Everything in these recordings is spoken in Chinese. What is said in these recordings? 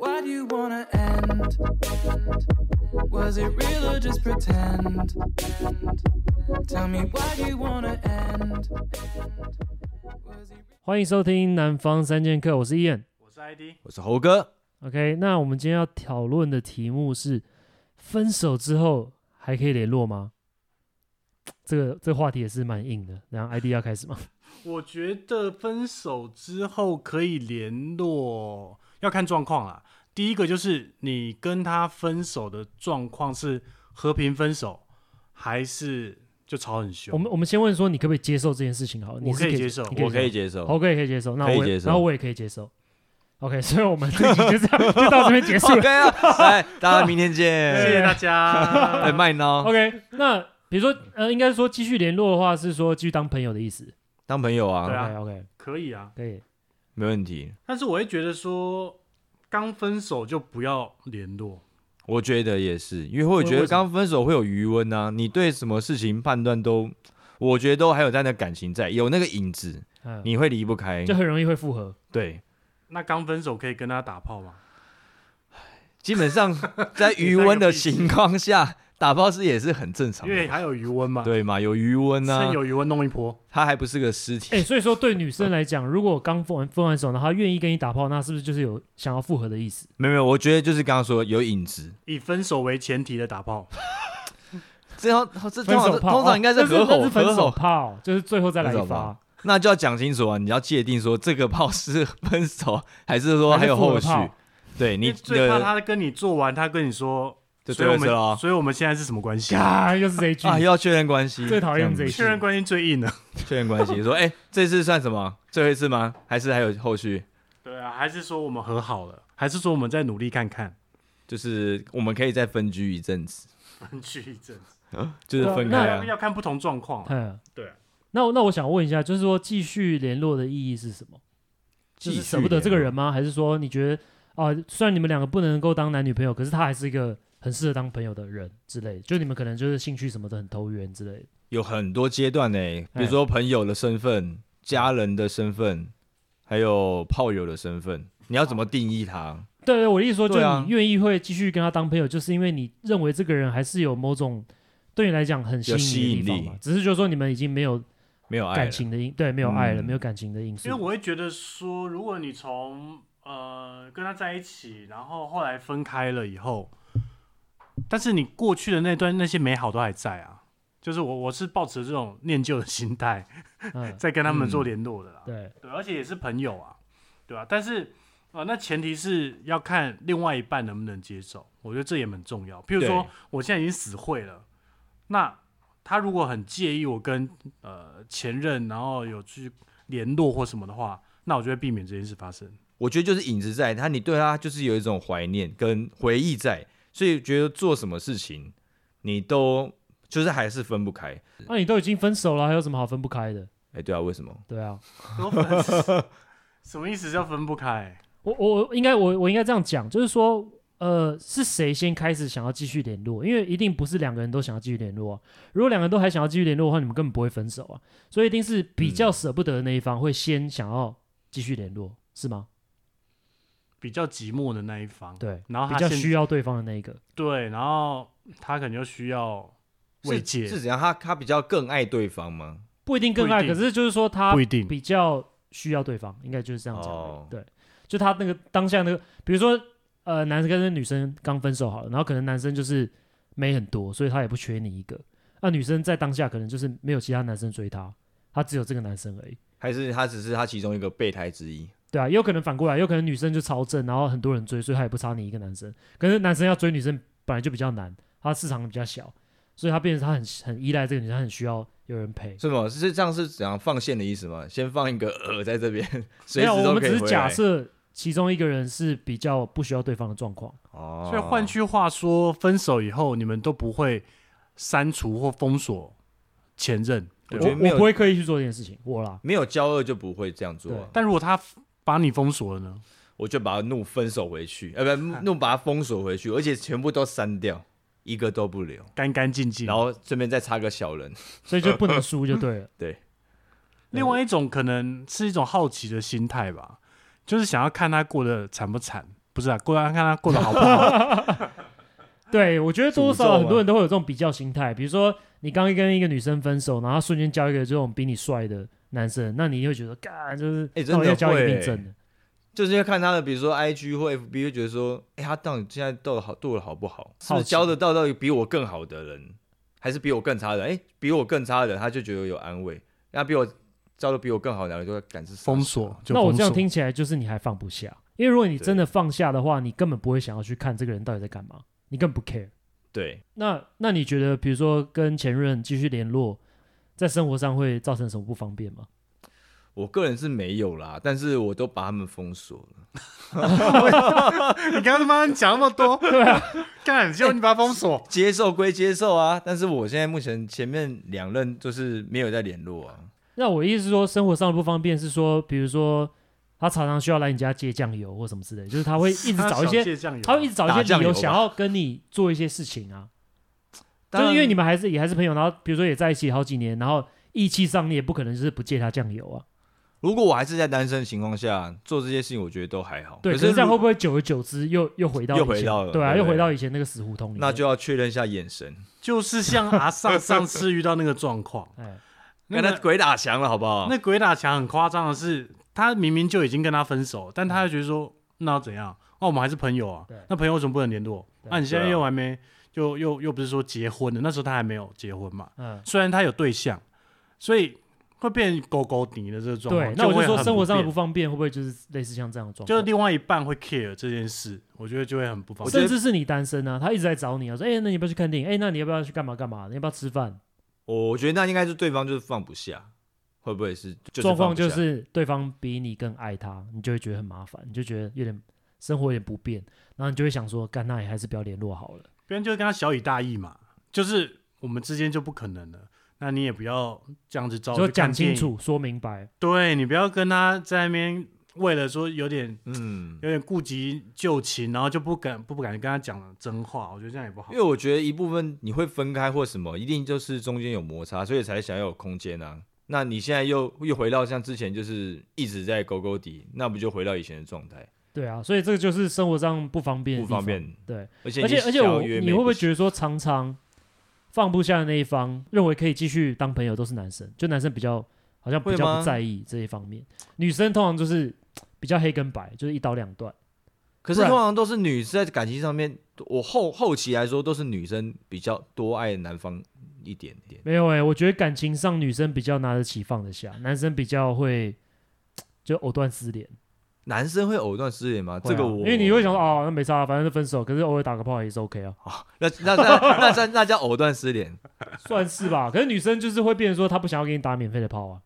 how'd you wanna end? Was it real or just pretend? Tell me why'd you wanna end? Was it 欢迎收听《南方三剑客》，我是 Ian。我是 ID，我是猴哥。 OK，那我们今天要讨论的题目是：分手之后还可以联络吗？这个这个话题也是蛮硬的。然后 ID 要开始吗？我觉得分手之后可以联络，要看状况啦。第一个就是你跟他分手的状况是和平分手，还是就吵很凶？我们我们先问说，你可不可以接受这件事情？好了，你我是可以接接受你我可接以接受 受，猴哥也可以接受，那可以我也接受然后我也可以接受。OK，所以我们这集就这样就到这边结束 了。 OK 啊，来，大家明 天谢谢见。大哎，家。麦呢？ OK，那比如说呃，应该是说继续联络的话，是说继续当朋友的意思。当朋友对啊，OK 啊 OK，可以啊，可以。没问题。但是我会觉得说，刚分手就不要联络。我觉得也是，因为我觉为得什么刚分手会有余温啊，你对什么事情判断都，我觉得都还有在那感情在，有那个影子，嗯，你会离不开就。很容易会复合。对，那刚分手可以跟他打炮吗？基本 上在余温的情况下，打炮是也是很正常因为的，还有余温嘛，对嘛？有余温啊趁，有余温弄一波。他还不是个尸哎、体。所以说对女生来讲，如果刚分完分完手，然后她愿意跟你打炮，那是不是就是有想要复合的意思？没有没有，我觉得就是刚刚说有影子，以分手为前提的打炮，这要这通分手常炮哦通常应该是是和那好是分和手好炮，就是最后再来一分手发炮， 那就要讲清楚啊！你要界定说这个炮是分手，还是说还有后续还 是复合炮？对你因为最怕的他跟你做完，他跟你说就所以我对分们手了所以我们现在是什么关系？嘎，又是这一句。啊，要确认关系，最讨厌这一样子确认关系最硬的。确认关系，说哎，这次算什么？最后一次吗？还是还有后续？对啊，还是说我们和好了，还是说我们再努力看看？就是我们可以再分居一阵子，分居一阵子，就是对分开啊要啊。要看不同状况啊。嗯，对啊。那我那我想问一下，就是说继续联络的意义是什么？就是舍不得这个人吗？还是说你觉得啊、虽然你们两个不能够当男女朋友，可是他还是一个很适合当朋友的人之类的？就你们可能就是兴趣什么的很投缘之类的。有很多阶段呢，哎比如说朋友的身份、家人的身份，还有炮友的身份，你要怎么定义它？对对，我的意思说，就对啊你愿意会继续跟他当朋友，就是因为你认为这个人还是有某种对你来讲很吸有吸引你的引地方嘛力。只是就是说你们已经没有没有爱感了，情的因，对，没有爱了，嗯没有感情的因素因为。我会觉得说，如果你从呃跟他在一起，然后后来分开了以后，但是你过去的那段那些美好都还在啊。就是我我是抱持这种念旧的心态 嗯，在跟他们做嗯联络的啦。对，对，而且也是朋友啊，对啊，但是啊、呃那前提是要看另外一半能不能接受，我觉得这也很重要。譬如说对，我现在已经死会了，那他如果很介意我跟呃前任，然后有去联络或什么的话，那我就会避免这件事发 生。我觉得就是影子在，他你对他就是有一种怀念跟回忆在，所以觉得做什么事情你都就是还是分不开。那、啊你都已经分手了，还有什么好分不开的？哎，对啊，为什么？对啊，都分什么意思叫分不开？我我我应该我我应该这样讲，就是说，呃，是谁先开始想要继续联络？因为一定不是两个人都想要继续联络啊。如果两个人都还想要继续联络的话，你们根本不会分手啊。所以一定是比嗯较舍不得的那一方会先想要继续联络，是吗？比较寂寞的那一方，对，然后比他较现需要对方的那一个。对，然后他可能就需要慰是藉，是怎样？他他比较更爱对方吗？不一定更不一爱，定可是就是说他不一定比较需要对方，应该就是这样讲而已。哦对，就他那个当下那个，比如说呃，男生跟女生刚分手好了，然后可能男生就是没很多，所以他也不缺你一个。那、女生在当下可能就是没有其他男生追她，她只有这个男生而已。还是他只是他其中一个备胎之一？对啊，也有可能反过来，有可能女生就超正，然后很多人追，所以她也不差你一个男生。可是男生要追女生本来就比较难，他市场比较小，所以他变成他很很依赖这个女生，他很需要有人陪。是吗？是这样是怎样放线的意思吗？先放一个饵在这边，随没有，时我都们可以只是回假来设其中一个人是比较不需要对方的状况。哦。所以换句话说，分手以后你们都不会删除或封锁前任，我对觉吧得？我没有我不会刻意去做这件事情，我 啦。没有交恶就不会这样做啊、但如果他把你封锁了呢？我就把他怒分手回去，呃，不，怒把他封锁回去，而且全部都删掉，一个都不留，干干净净。然后顺便再插个小人。 所以就不能输就对了。另外一种可能是一种好奇的心态吧，就是想要看他过得惨不惨，不是啊，过来看他过得好不 好。对，我觉得多多少诅咒少啊很多人都会有这种比较心态，比如说你刚跟一个女生分手，然后瞬间交一个这种比你帅的男生，那你会觉得，干，就是哎真到底的要交一个会病症的。就是因为看他的，比如说 IG 或 FB，会觉得说，哎、他到底现在到底好做的好不好？是不好是奇交得到到底比我更好的人，还是比我更差的人？哎、比我更差的人，他就觉得有安慰；那比我交的比我更好的人，就会感知封锁。就那我封这样锁听起来就是你还放不下，因为如果你对真的放下的话，你根本不会想要去看这个人到底在干嘛，你更不 care。对，那那你觉得，比如说跟前任继续联络，在生活上会造成什么不方便吗？我个人是没有啦，但是我都把他们封锁了。 你刚刚他妈讲那么 多，对啊，干，结果你把它封锁，接受归接受啊，但是我现在目前前面两任就是没有在联络啊。那我意思是说，生活上的不方便是说，比如说他常常需要来你家借酱油或什么之类，就是他会一直找一些，他他会一直找一打些酱理由油吧啊想要跟你做一些事情啊。就当是然因为你们还是也还是朋友，然后比如说也在一起好几年，然后义气上你也不可能就是不借他酱油啊。如果我还是在单身的情况下做这些事情，我觉得都还好。对，可可是这样如会不会久而久之又又回到又以前回到了对啊，对又不对回到以前那个死胡同里面。那就要确认一下眼神，就是像阿尚上次遇到那个状况，哎，那 跟个他鬼打墙了，好不好？那鬼打墙很夸张的是，他明明就已经跟他分手，但他就觉得说，那要怎样？那、我们还是朋友啊嗯对，那朋友为什么不能联络？对那、你现在对啊又还没，又又又不是说结婚的，那时候他还没有结婚嘛，嗯，虽然他有对象，所以会变狗狗敌的这个状对况。。那我就会说很生活不上的不便哦方便，会不会就是类似像这样的状就是况？另外一半会 care 这件事，我觉得就会很不方我觉便。得甚至是你单身啊，他一直在找你啊，说哎、那你要不要去看电影？哎、那你要不要去干嘛干嘛？你要不要吃饭？我觉得那应该是对方就是放不下，会不会是就是状况放不就下是对方比你更爱他，你就会觉得很麻烦，你就觉得有点生活有点不便，然后你就会想说，干那也还是不要联络好了。别人就会跟他小以大义嘛，就是我们之间就不可能了。那你也不要这样子招，就讲清，楚说明白，对你不要跟他在那边为了说有点嗯，有点顾及旧情，然后就不敢不敢跟他讲真话，我觉得这样也不好因为。我觉得一部分你会分开或什么，一定就是中间有摩擦，所以才想要有空间啊。那你现在又又回到像之前就是一直在勾勾底，那不就回到以前的状态，对啊，所以这个就是生活上不方便的不地方，方便。对。啊而且而且你而且想要我约你妹会不会行觉得说常常放不下的那一方认为可以继续当朋友都是男生，就男生比较好像比会较吗不在意这一方面，女生通常就是比较黑跟白，就是一刀两断。可是通常都是女生在感情上面，我后后期来说都是女生比较多爱男方一点点。没有哎、我觉得感情上女生比较拿得起放得下，男生比较会就藕断丝连。男生会藕断丝连吗？这会个啊我因为你会想说哦，那没啥，反正就分手，可是偶尔打个炮也是 OK 啊， 那那那那那那叫藕断丝连算是吧。可是女生就是会变成说她不想要给你打免费的炮啊，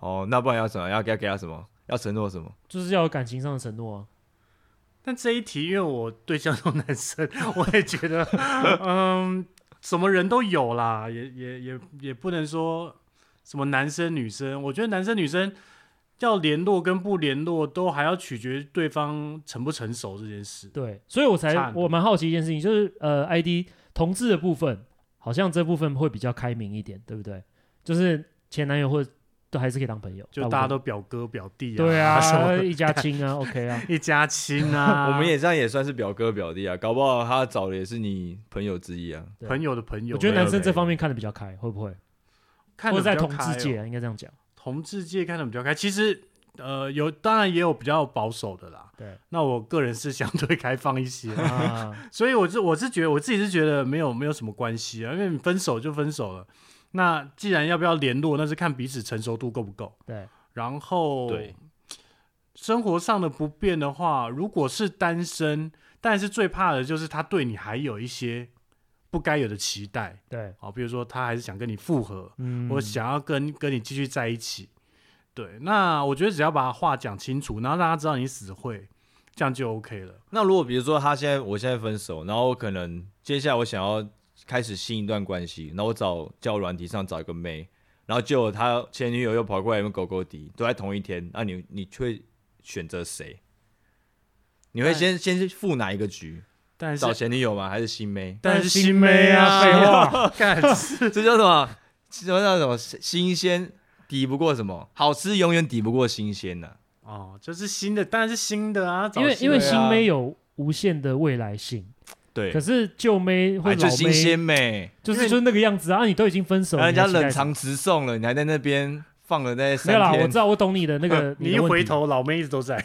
哦，那不然要什么？要给他给他什么？要承诺什么？就是要有感情上的承诺啊。但这一题，因为我对象都男生，我也觉得，嗯，什么人都有啦，也也也也不能说什么男生女生，我觉得男生女生要联络跟不联络都还要取决于对方成不成熟这件事。对，所以我差才很多我蛮好奇一件事情，就是呃，ID 同志的部分，好像这部分会比较开明一点，对不对？就是前男友或者都还是可以当朋友，就大家部都表哥表弟分啊，对什啊，么一家亲啊，OK 啊，一家亲啊， 我们也这样也算是表哥表弟啊，搞不好他找的也是你朋友之一啊。对朋友的朋友。我觉得男生对这方面看的比较开，会不会？看或者得在比较同志开哦界、啊，应该这样 讲。同志界看的比较开。其实呃，有当然也有比较保守的啦。对，那我个人是相对开放一些 啊，所以我是我是觉得我自己是觉得没有没有什么关系啊，因为你分手就分手了。那既然要不要联络，那是看彼此成熟度够不够。对，然后对，生活上的不便的话，如果是单身，但是最怕的就是他对你还有一些不该有的期待对，啊，比如说他还是想跟你复合，嗯，我想要跟跟你继续在一起。对，那我觉得只要把话讲清楚，然后让他知道你死会，这样就 OK 了。那如果比如说他现在我现在分手，然后我可能接下来我想要开始新一段关系，那我找交友软体上找一个妹，然后结果他前女友又跑过来跟狗狗迪，都在同一天，那你你会选择谁？你哎会但先先去赴哪一个局？但找是？前女友吗？还是新妹 但是新新妹啊，妹啊话， 干这叫什么？这叫什么？新鲜抵不过什么？好吃永远抵不过新鲜呐、哦，就是新的，当然是新的啊，因为找因为对啊新妹有无限的未来性，对可，是旧妹或哎，老就妹新鲜美，就是因为就是那个样子啊，你都已经分手然了，后人家你还期待冷什么藏直送了，你还在那边放了那没有啦，三我天嗯知，道，我懂你的那个呃你的一问回题头，老妹一直都在。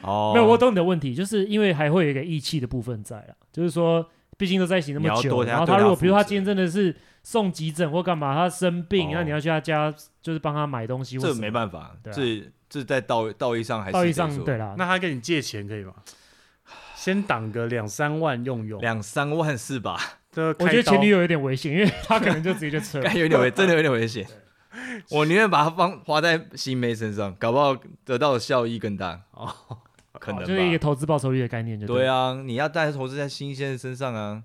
哦，没有，我懂你的问题，就是因为还会有一个义气的部分在啦，就是说，毕竟都在一起那么你要久，多然后对他如果负比如说他责今天真的是送急诊或干嘛，他生病，那、哦你要去他家就是帮他买东西或什这么，没办法，对啊这这在道道义上还是道义得上说对啦，那他跟你借钱可以吗？先挡个两三万用用，两三万是吧？这我觉得开刀前女友有点危险，因为他可能就直接就 撤了该。有点危，真的有点危险。我宁愿把它放花在新妹身上，搞不好得到的效益更大，哦，可能就是一个吧。投资报酬率的概念就对啊，啊，你要带投资在新鲜人身上啊，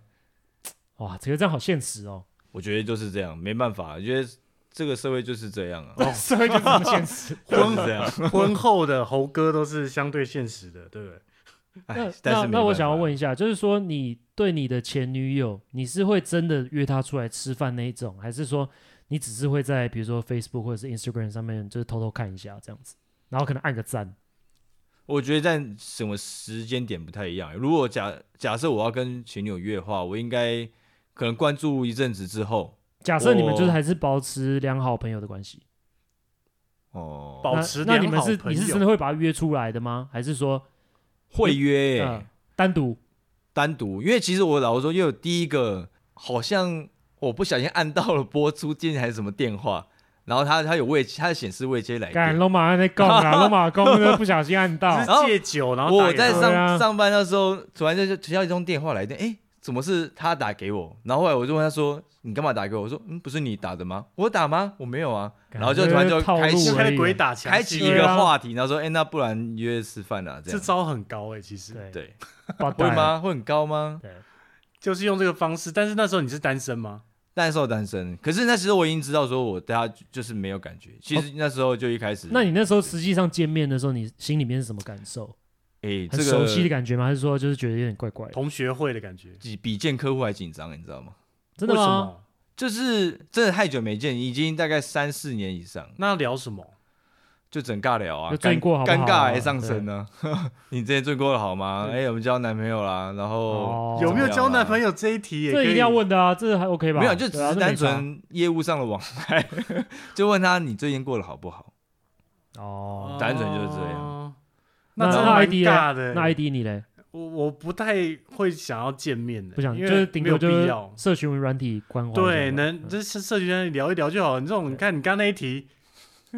哇，这个这样好现实哦，我觉得就是这样，没办法，我觉得这个社会就是这样 啊，社会就是这么现 实。就是这样。哦婚后的猴哥都是相对现实的，对不对？哎那但那是没那我办想要法问一下，就是说你对你的前女友，你是会真的约她出来吃饭那一种，还是说你只是会在比如说 Facebook 或者是 Instagram 上面就是偷偷看一下这样子，然后可能按个赞？我觉得在什么时间点不太一样。如果假假设我要跟前女友约的话，我应该可能关注一阵子之后，假设你们就是我还是保持良好朋友的关系，哦，保持那那良你们好是朋你友是真的会把她约出来的吗？还是说会约、欸嗯单独？单独，因为其实我老实说，因为我第一个好像我不小心按到了播出键还是什么电话，然后他他有未他的显示未接来干电。龙马在供啊，龙马公那不小心按到就，然后是借酒，然后打我给在他上、对啊上班的时候，突然就就接到一通电话来电，哎、怎么是他打给我？然后后来我就问他说：“你干嘛打给我？”我说：“嗯，不是你打的吗？我打吗？我没有啊。”干然后就突然就这个套路开启就欸开始鬼打墙，开启一对个啊话题，然后说：“哎、那不然约吃饭啊？”这这样招很高哎，其实对，啊对爆会带？吗？会很高吗？对，就是用这个方式。但是那时候你是单身吗？那时候单身，可是那时候我已经知道说我对他就是没有感觉。其实那时候就一开始，哦那你那时候实际上见面的时候，你心里面是什么感受？哎、这很个熟悉的感觉吗？还是说就是觉得有点怪怪的？同学会的感觉，比比见客户还紧张，你知道吗？真的为什吗？么？就是真的太久没见，已经大概三四年以上，那聊什么？就整尬聊啊，就最近尴过好不好啊尴尬还上升呢、 你之前最过得好吗？哎、对我们交男朋友啦，然后、哦有没有交男朋友？友这一题也可这以一定要问的啊，这还 OK 吧？没有，就只对啊是这单没差纯业务上的往来， 就问他你最近过得好不好？哦。单纯就是这样样。那哦真那的蛮 ID 呢尬的？欸那 ID 你嘞？我我不太会想要见面的，不想，因就为是顶没多有就必是要。社群软体关怀一下吧。对，能嗯这社社群上聊一聊就好。你这种，你看你刚刚那一题，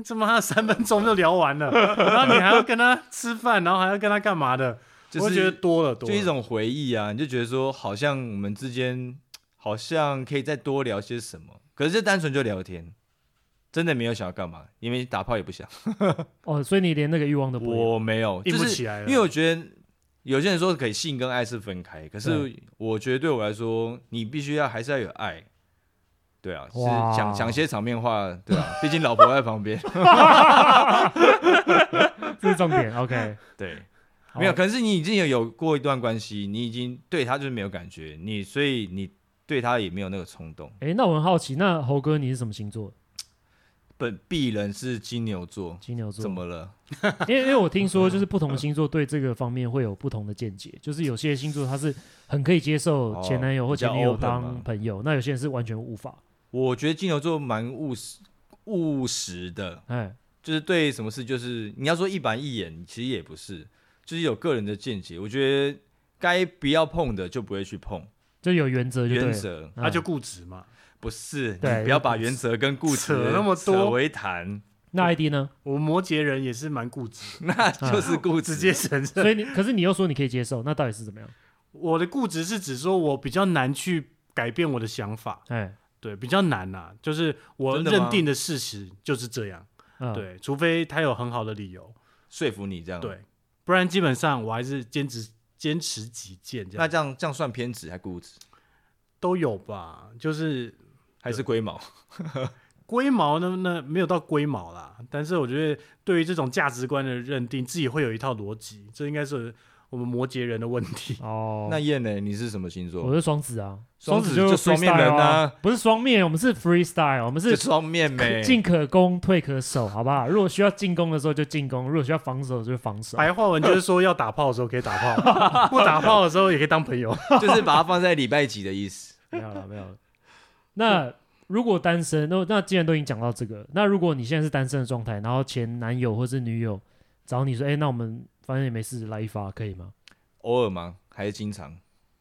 这么他三分钟就聊 完了，然后你还要跟他吃饭，然后还要跟他干嘛的？就是我觉得多了多就了一种回忆啊，你就觉得说好像我们之间好像可以再多聊些什么，可是就单纯就聊天，真的没有想要干嘛，因为打炮也不想，哦，所以你连那个欲望都不会有我没有，硬就不是起来啊了因为我觉得有些人说可以性跟爱是分开，可是我觉得对我来说，你必须要还是要有爱。对啊，是哇讲讲些场面话，对啊，毕竟老婆在旁边，这是重点。OK，对，好 没有，可是你已经有有过一段关系，你已经对他就是没有感觉，你所以你对他也没有那个冲动。哎，那我很好奇，那猴哥你是什么星座？本鄙人是金牛座，金牛座。怎么了？ 因为因为我听说，嗯就是不同的星座对这个方面会有不同的见解，就是有些星座他是很可以接受前男友或前女友哦比较 open 嘛当朋友，那有些人是完全无法。我觉得金牛座蛮务实务实的，哎，就是对什么事就是你要说一板一眼，其实也不是，就是有个人的见解。我觉得该不要碰的就不会去碰，就有原则就对原了。则啊嗯他就固执嘛。不是，你对不要把原则跟固执扯那么多扯为谈， 那 ID 呢？我摩羯人也是蛮固执， 那啊就是固直执。接承认。所以你可是你又说你可以接受，那到底是怎么样？我的固执是指说我比较难去改变我的想法，哎，对，比较难呐、就是我真的吗认定的事实就是这样，嗯，对，除非他有很好的理由，说服你这样，，对，不然基本上我还是坚持坚持己见这那样，这样这样算偏执还固执，都有吧，就是还是龟毛？龟毛呢？那没有到龟毛啦，但是我觉得对于这种价值观的认定，自己会有一套逻辑，这应该是我们摩羯人的问 题。哦，那燕呢？你是什么星座我？是双子啊，双子子是就双面 freestyle 人啊啊，不是双面，我们是 freestyle，我们这是双面呗。进可攻，退可守，好不好？如果需要进攻的时候就进攻，如果需要防守就防守。白话文就是说，要打炮的时候可以打 炮，不打炮的时候也可以当朋友。就是把它放在礼拜几的意思。没有了，没有 了。那如果单身，那那既然都已经讲到这个，那如果你现在是单身的状态，然后前男友或是女友找你说，哎、那我们反正也没事，来一发可以吗？偶尔吗？还是经常？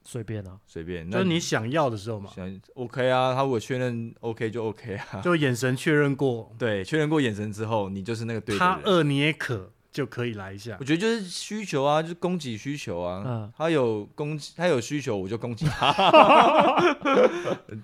随便啊，随便。就那是你想要的时候嘛， 想 OK 啊？他如果确认 OK 就 OK 啊。 就眼神确认过，对，确认过眼神之后，你就是那个对他的人。饿你也渴，就可以来一下我。觉得就是需求啊，就是供给需求啊。嗯他有供，他有需求，我就供给他。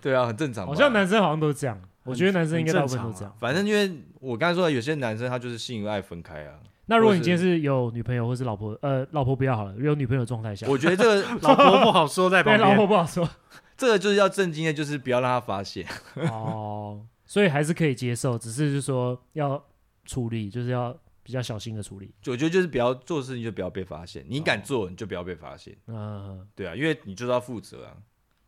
对啊，很正常吧。好像男生好像都这样，我觉得男生应该大部分都很这正常样啊。反正因为我刚才说的，有些男生他就是性与爱分开啊。那如果你今天是有女朋友或是老婆，呃，老婆不要好了，有女朋友的状态下，我觉得这个老婆不好说在对旁老婆边，不好说这个就是要正经的，就是不要让他发现。哦，所以还是可以接受，只是就是说要处理，就是要比较小心的处理。我觉得就是不要做事情就不要被发现，你敢做你就不要被发现。嗯、对啊，因为你就是要负责啊。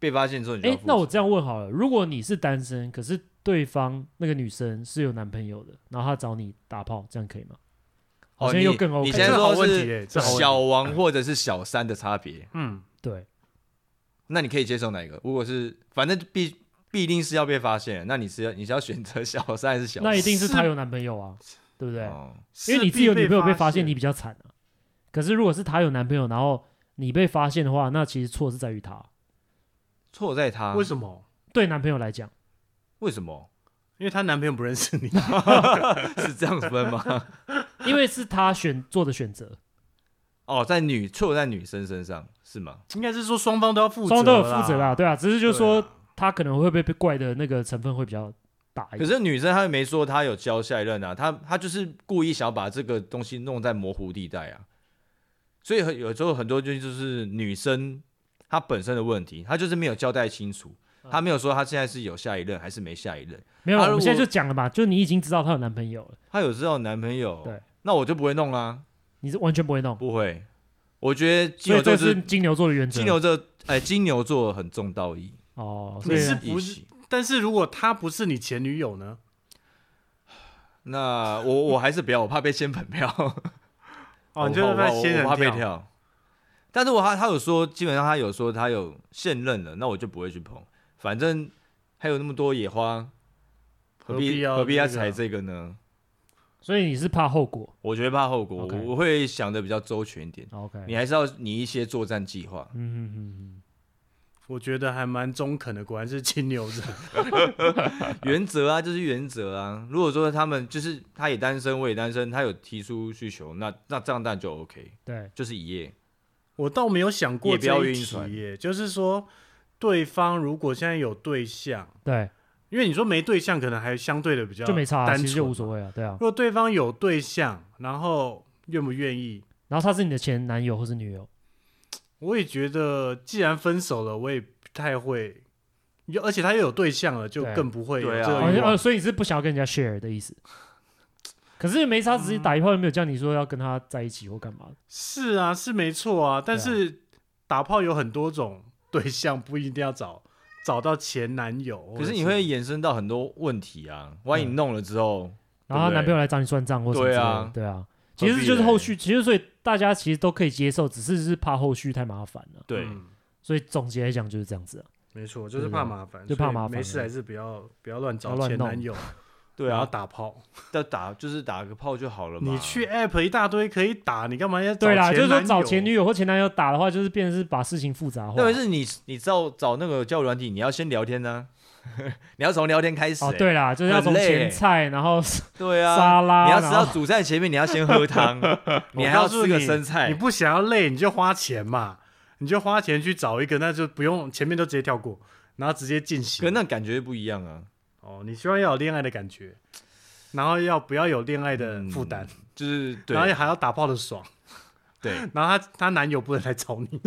被发现之后你就哎、要负责。那我这样问好了，如果你是单身，可是对方那个女生是有男朋友的，然后她找你打炮，这样可以吗？好哦，像你又更 OK 你哎现在这好说问题耶是这好问题小王或者是小三的差别，嗯，对，那你可以接受哪一个？如果是反正必必定是要被发现，啊那你是要你是要选择小三还是小四？那一定是她有男朋友啊，对不对？哦因为你自己有女朋友被发发现，你比较惨啊。可是如果是她有男朋友，然后你被发现的话，那其实错是在于她。错在他为什么？对男朋友来讲，为什么 因为她男朋友不认识你，是这样分吗？ 因为是她选做的选择，哦，在女错在女生身上是吗？应该是说双方都要负责，双方都有负责啦，。对啊，只是就是对啊说她可能会被被怪的那个成分会比较大一可点。是女生她没说她有交下一任啊，她她就是故意想把这个东西弄在模糊地带啊。所以很有时候很多就就是女生她本身的问题，她就是没有交代清楚，她没有说她现在是有下一任还是没下一任。没有，啊我们如现在果就讲了嘛，就你已经知道她有男朋友了，她有知道男朋友，对，那我就不会弄啦，你是完全不会弄。不会。我觉得所金以牛这座是嗯是金牛座的原则。金牛座，哎，金牛座很重道义，哦，所你以是呢不一是起？但是如果她不是你前女友呢？那我我还是不要，我怕被掀粉票。哦，你我就是怕在我怕仙人我怕被跳。跳。但是我他他有说，基本上他有说他有现任了，那我就不会去碰，反正还有那么多野花，何何必必要何必要这个啊踩这个呢？所以你是怕后果。我觉得怕后果 OK 我我会想的比较周全一点。 OK，哎你还是要你一些作战计划，嗯嗯嗯，我觉得还蛮中肯的，果然是金牛 座。原则啊，就是原则啊。如果说他们就是他也单身，我也单身，他有提出需求，那那这样当然就 OK，对，就是一夜。我倒没有想过也不要这一晕船题耶，就是说，对方如果现在有对象，对，因为你说没对象，可能还相对的比较就没差啊，单其纯实就无所谓了，对啊如。果对方有对象，然后愿不愿意，然后他是你的前男友或是女友，我也觉得，既然分手了，我也不太会，又而且他又有对象了，就对更不会有对啊这好个欲像望呃，所以你是不想要跟人家 share 的意思。可是没差，只嗯是打一炮又没有叫你说要跟他在一起或干嘛的。是啊，是没错啊，但是打炮有很多种对象，不一定要找找到前男友。可是你或者会延伸到很多问题啊，万嗯一你弄了之后，然后她对不对男朋友来找你算账或什么之类对的啊，对啊。何其必实就是后续，其实所以大家其实都可以接受，只是是怕后续太麻烦了。对，嗯所以总结来讲就是这样子啊。没错，就是对怕麻烦，就所以怕麻烦没事而已还是不要不要乱不找要乱前弄男友，对然后啊，打炮。要打就是打个炮就好了嘛。你去 app 一大堆可以打，你干嘛要找 对啦，就是说男找友前女友或前男友打的话，就是变成是把事情复杂化。特别是你，你找找那个交友软体，你要先聊天呢、 你要从聊天开始、哦，欸对啦，就是要很从累前欸菜，然 后对沙啊，拉，你要然吃后到主菜前面，你要先喝汤， 你还要吃个生你菜。不想要累，你就花钱嘛，你就花钱去找一个，那就不用前面都直接跳过，然后直接进行。可那感觉不一样啊，哦，你希望要有恋爱的感觉，然后要不要有恋爱的负担，就是对然后还要打炮的爽， 对，然后她她男友不能来 找你，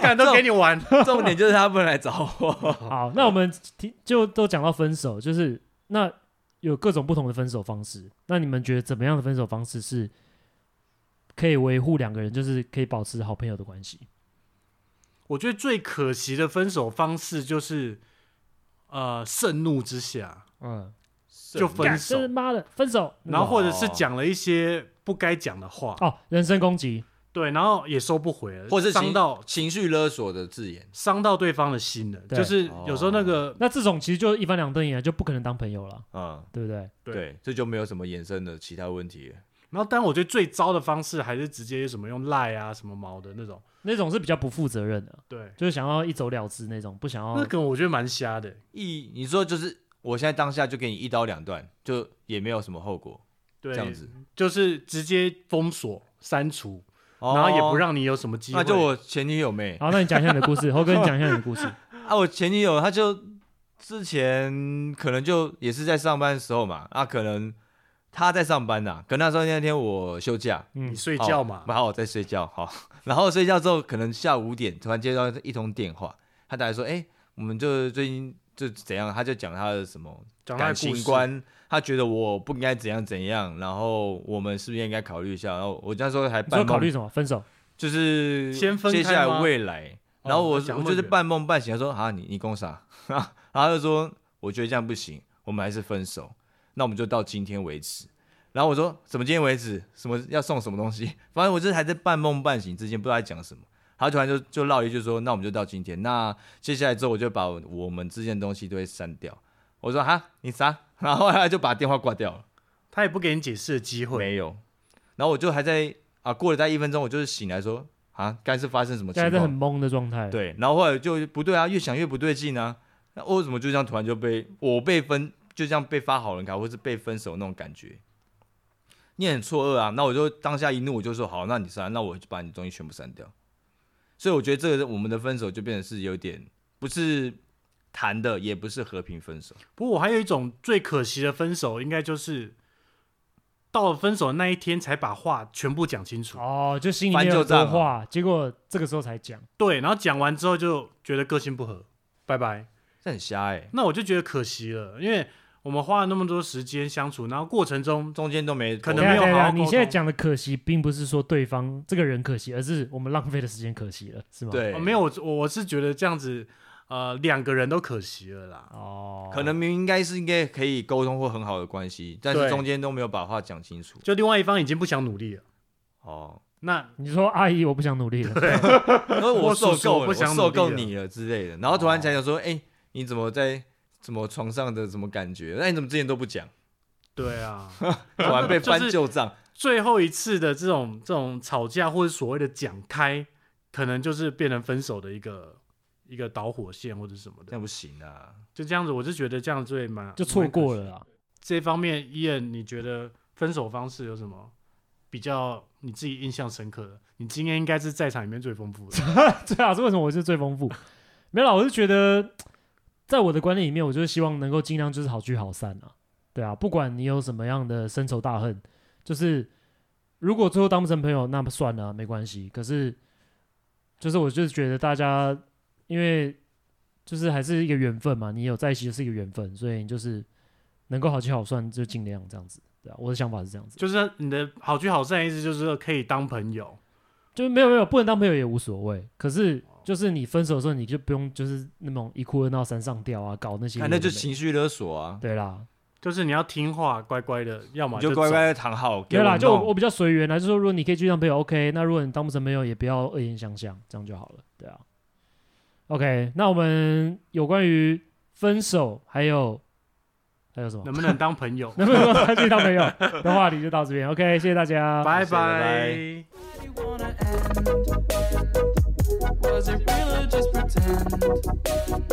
敢都给你玩，重点就是他不能来找我。好，那我们提就都讲到分手，就是那有各种不同的分手方式。那你们觉得怎么样的分手方式是可以维护两个人就是可以保持好朋友的关系。我觉得最可惜的分手方式就是，呃，盛怒之下，嗯， 就分干手真是妈的分手，然后或者是哦讲了一些不该讲的话，哦，人身攻击，对，然后也收不回了，或是伤情到情绪勒索的字眼，伤到对方的心了。对就是哦有时候那个、那这种其实就一翻两瞪眼，就不可能当朋友了，嗯，对不对？对对，这就没有什么衍生的其他问题了。然后，但我觉得最糟的方式还是直接什么用赖啊、什么毛的那种。那种是比较不负责任的，对，就是想要一走了之那种，不哦想那要。个我觉得蛮瞎的。一，你说就是我现在当下就给你一刀两断，就也没有什么后果，对，这样子，就是直接封锁、删除，然后也不哦。让你有什么机会。哦那就我前女友妹好，那你讲一下你的故 事，猴哥，你讲一下你的故事。啊，我前女友她就之前可能就也是在上班的时候嘛，啊，可能她在上班呐、可那时候那天我休假，哦嗯你，睡觉嘛好，然后我在睡觉，好， 然后睡觉之后，可能下午五点突然接到一通电话，他打来说，哎、我们就最近就怎样，他就讲他的什么讲他感的故情事。观，他觉得我不应该怎样怎样，然后我们是不是应该考虑一下？然后我那时候还你说半考虑梦，什么？分手？就是先分接开下来吗未来，哦然后我、讲那我么就是远半梦半醒，他说啊，你你攻啥？ 然后他就说，我觉得这样不行，我们还是分手，那我们就到今天为止。然后我说怎么今天为止？什么要送什么东西？ 反正我就是还在半梦半醒之间，不知道在讲什么。他突然就就唠一句说，那我们就到今天。那接下来之后，我就把我们之间的东西都会删掉。我说哈，你啥？然后后来就把电话挂掉了，他也不给你解释的机会。没有。然后我就还在啊，过了大概一分钟，我就是醒来说啊，该是发生什么现在情在很况？懵的状态。，对，然后后来就不对啊，越想越不对劲啊。那我怎么就这样突然就被我被分，就这样被发好人卡，或是被分手那种感觉？你很错愕啊。那我就当下一怒，我就说好，那你删，那我就把你东西全部删掉。所以我觉得这个我们的分手就变得是有点不是谈的，也不是和平分手。不过我还有一种最可惜的分手，应该就是到了分手的那一天才把话全部讲清楚。哦，就心里面有翻旧账多啊话，结果这个时候才讲。对，然后讲完之后就觉得个性不合，拜拜。这很瞎哎、那我就觉得可惜了，因为我们花了那么多时间相处，然后过程中中间都没可等能一下没有等一下好好沟你通现在讲的可惜，并不是说对方这个人可惜，而是我们浪费的时间可惜了，是吗？。对、哦没有，我我是觉得这样子，呃，两个人都可惜了啦。哦，可能明明应该是应该可以沟通或很好的关系，但是对中间都没有把话讲清楚。就另外一方已经不想努力了，哦，那你说阿姨，我不想努力了。因为我我受叔叔够我了，不哦我想努受力够了你了之类的，然后突然才想说，哎、你怎么在什么床上的什么感觉？那你怎么之前都不 讲？对啊，突然被就翻是旧账，最后一次的这种这种吵架或者所谓的讲开，可能就是变成分手的一个一个导火线或者什么那的，不行啊！就这样子，我就觉得这样最蛮就错过。蛮可惜了啊啦。这方面，伊恩，你觉得分手方式有什么比较你自己印象深刻的？你今天应该是在场里面最丰富的。 对啊，这为什么我是最丰富？没有啦，我是觉得，在我的观念里面，我就是希望能够尽量就是好聚好散啊。对啊，不管你有什么样的深仇大恨，就是如果最后当不成朋友，那么算了啊、没关系。可是，就是我就是觉得大家，因为就是还是一个缘分嘛，你有在一起就是一个缘分，所以你就是能够好聚好散就尽量这样子。对啊，我的想法是这样子，就是你的好聚好散的意思，就是可以当朋友。就是没有没有不能当朋友也无所谓。可是哦就是你分手的时候，你就不用就是那种一哭二闹三上吊啊，搞那些有看的那没的。就情绪勒索啊，对啦，就是你要听话，乖乖的，要么你就走乖乖的躺好，给对啦，我就弄我我比较随缘啦，就说如果你可以去当朋友，OK。那如果你当不成朋友，也不要恶言相向，这样就好了。对啊。OK，那我们有关于分手还有还有什么？ 能不能当朋友？能 不能再去当朋友的话题就到这边？OK，谢谢大家，拜谢谢拜拜。 Why you wanna end? Was it real or just pretend?